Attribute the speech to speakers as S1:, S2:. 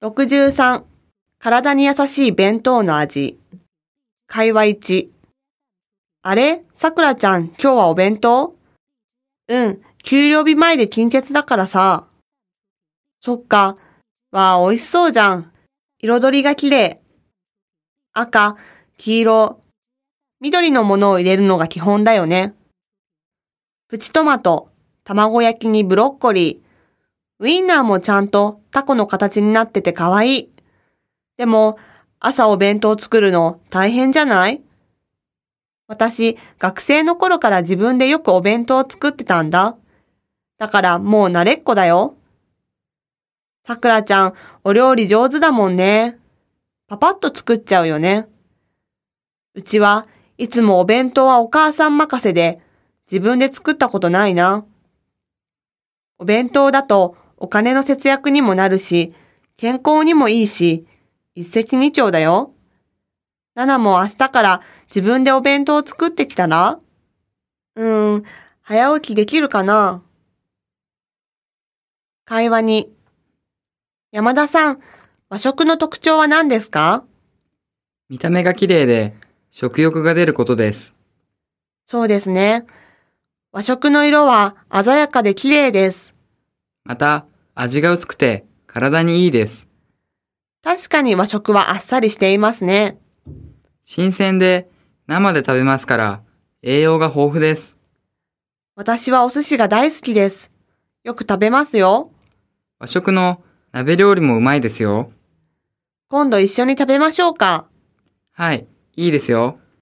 S1: 63. 体に優しい弁当の味。会話1。あれさくらちゃん、今日はお弁当うん、給料日前で金欠だからさ。そっか。わあ、美味しそうじゃん。彩りが綺麗。赤、黄色、緑のものを入れるのが基本だよね。プチトマト、卵焼きにブロッコリー、ウィンナーもちゃんとタコの形になってて可愛い。でも、朝お弁当作るの大変じゃない私、学生の頃から自分でよくお弁当を作ってたんだ。だからもう慣れっこだよ。さくらちゃん、お料理上手だもんね。パパッと作っちゃうよね。うちはいつもお弁当はお母さん任せで、自分で作ったことないな。お弁当だとお金の節約にもなるし、健康にもいいし、一石二鳥だよ。ナナも明日から自分でお弁当を作ってきたらうーん、早起きできるかな会話に。山田さん、和食の特徴は何ですか
S2: 見た目が綺麗で食欲が出ることです。
S1: そうですね。和食の色は鮮やかで綺麗です。
S2: また、味が薄くて体にいいです。
S1: 確かに和食はあっさりしていますね。
S2: 新鮮で生で食べますから栄養が豊富です。
S1: 私はお寿司が大好きです。よく食べますよ。
S2: 和食の鍋料理もうまいですよ。
S1: 今度一緒に食べましょうか。
S2: はい、いいですよ。